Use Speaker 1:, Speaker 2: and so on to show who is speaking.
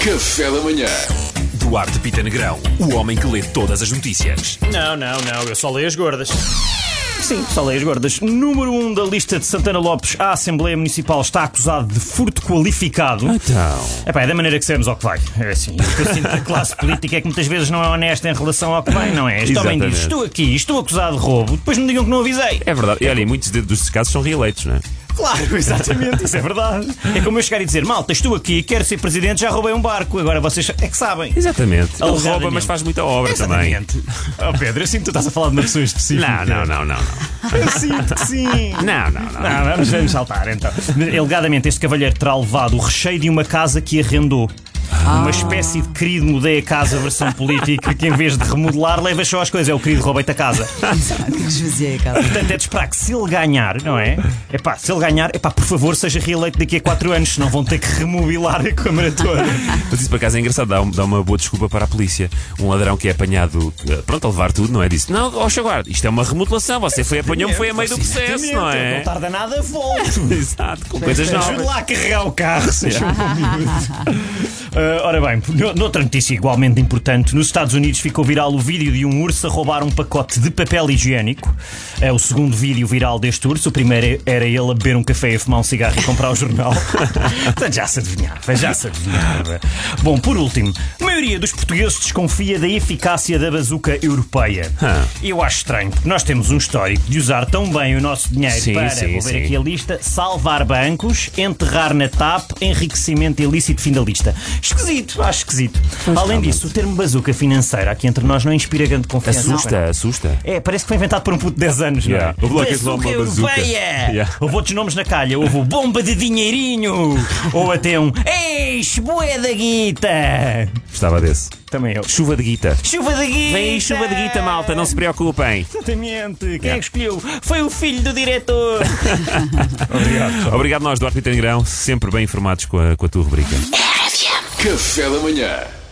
Speaker 1: Café da Manhã.
Speaker 2: Duarte Pita Negrão, o homem que lê todas as notícias.
Speaker 3: Não, não, não, eu só leio as gordas. Sim, só leio as gordas. Número 1 um da lista de Santana Lopes à Assembleia Municipal está acusado de furto qualificado.
Speaker 2: Então.
Speaker 3: Epá, é da maneira que sabemos ao que vai. É assim, o que eu sinto da classe política é que muitas vezes não é honesta em relação ao que vai, não é? Este homem
Speaker 2: Exatamente.
Speaker 3: diz, estou aqui, estou acusado de roubo, depois me digam que não avisei.
Speaker 2: É verdade. E olha, e muitos de- dos casos são reeleitos, não é?
Speaker 3: Claro, exatamente, isso é verdade. É como eu chegar e dizer, malta, estou aqui, quero ser presidente, já roubei um barco, agora vocês é que sabem.
Speaker 2: Exatamente. Ele
Speaker 3: Alegadamente.
Speaker 2: Então rouba, mas faz muita obra também.
Speaker 3: Exatamente. Oh, Pedro, eu sinto que tu estás a falar de uma pessoa específica.
Speaker 2: Não, não, não, não.
Speaker 3: Eu sinto que sim.
Speaker 2: Não, não, não. não.
Speaker 3: Não, vamos, vamos saltar então. Alegadamente, este cavalheiro terá levado o recheio de uma casa que arrendou. Uma espécie de querido mudei a casa versão política que em vez de remodelar leva só as coisas. É o querido roubei-te a casa.
Speaker 4: Que desvaziei a casa.
Speaker 3: Portanto, é de esperar que se ele ganhar, não é? É pá, se ele ganhar, é pá, por favor, seja reeleito daqui a 4 anos, senão vão ter que remobilar a Câmara toda.
Speaker 2: Mas isso por acaso é engraçado, dá, um- dá uma boa desculpa para a polícia. Um ladrão que é apanhado, eh, pronto, a levar tudo, não é? Disse: Não, ó, seu guarda, isto é uma remodelação, você foi apanhou-me, foi a meio do processo, não
Speaker 3: Exatamente,
Speaker 2: é?
Speaker 3: Não tá- tarda nada, volto.
Speaker 2: Exato, com coisas
Speaker 3: Ajude
Speaker 2: novas.
Speaker 3: é, lá a carregar o carro, seja um bom miúdo. Ah, ora bem, no- noutra notícia igualmente importante, nos Estados Unidos ficou viral o vídeo de um urso a roubar um pacote de papel higiênico. É o segundo vídeo viral deste urso. O primeiro era ele a beber um café, a fumar um cigarro e comprar o jornal. Portanto, já se adivinhava, já se adivinhava. Bom, por último, a maioria dos portugueses desconfia da eficácia da bazuca europeia.
Speaker 2: Ah.
Speaker 3: Eu acho estranho, porque nós temos um histórico de usar tão bem o nosso dinheiro
Speaker 2: Sim,
Speaker 3: para,
Speaker 2: sim,
Speaker 3: vou ver
Speaker 2: sim.
Speaker 3: aqui a lista, salvar bancos, enterrar na TAP, enriquecimento ilícito, fim da lista. Esquisito, acho esquisito. Além disso, o termo bazuca financeira aqui entre nós não inspira grande confiança.
Speaker 2: Assusta, assusta.
Speaker 3: É, parece que foi inventado por um puto de 10 anos,
Speaker 2: Yeah.
Speaker 3: não é?
Speaker 2: Houve lá que esse nome,
Speaker 3: Bazuca
Speaker 2: uma bazuca.
Speaker 3: Europeia!
Speaker 2: Yeah.
Speaker 3: Houve outros nomes na calha. Houve o Bomba de Dinheirinho! Ou até um Eis, Boé da Guita!
Speaker 2: Gostava desse.
Speaker 3: Também eu.
Speaker 2: Chuva de guita.
Speaker 3: Chuva de Guita!
Speaker 2: Vem aí chuva de guita, malta, não se preocupem.
Speaker 3: Exatamente. Quem é que escolheu? Foi o filho do diretor.
Speaker 2: Obrigado nós, Duarte Pita Negrão, sempre bem informados com a- com a tua rubrica.
Speaker 1: Café da Manhã.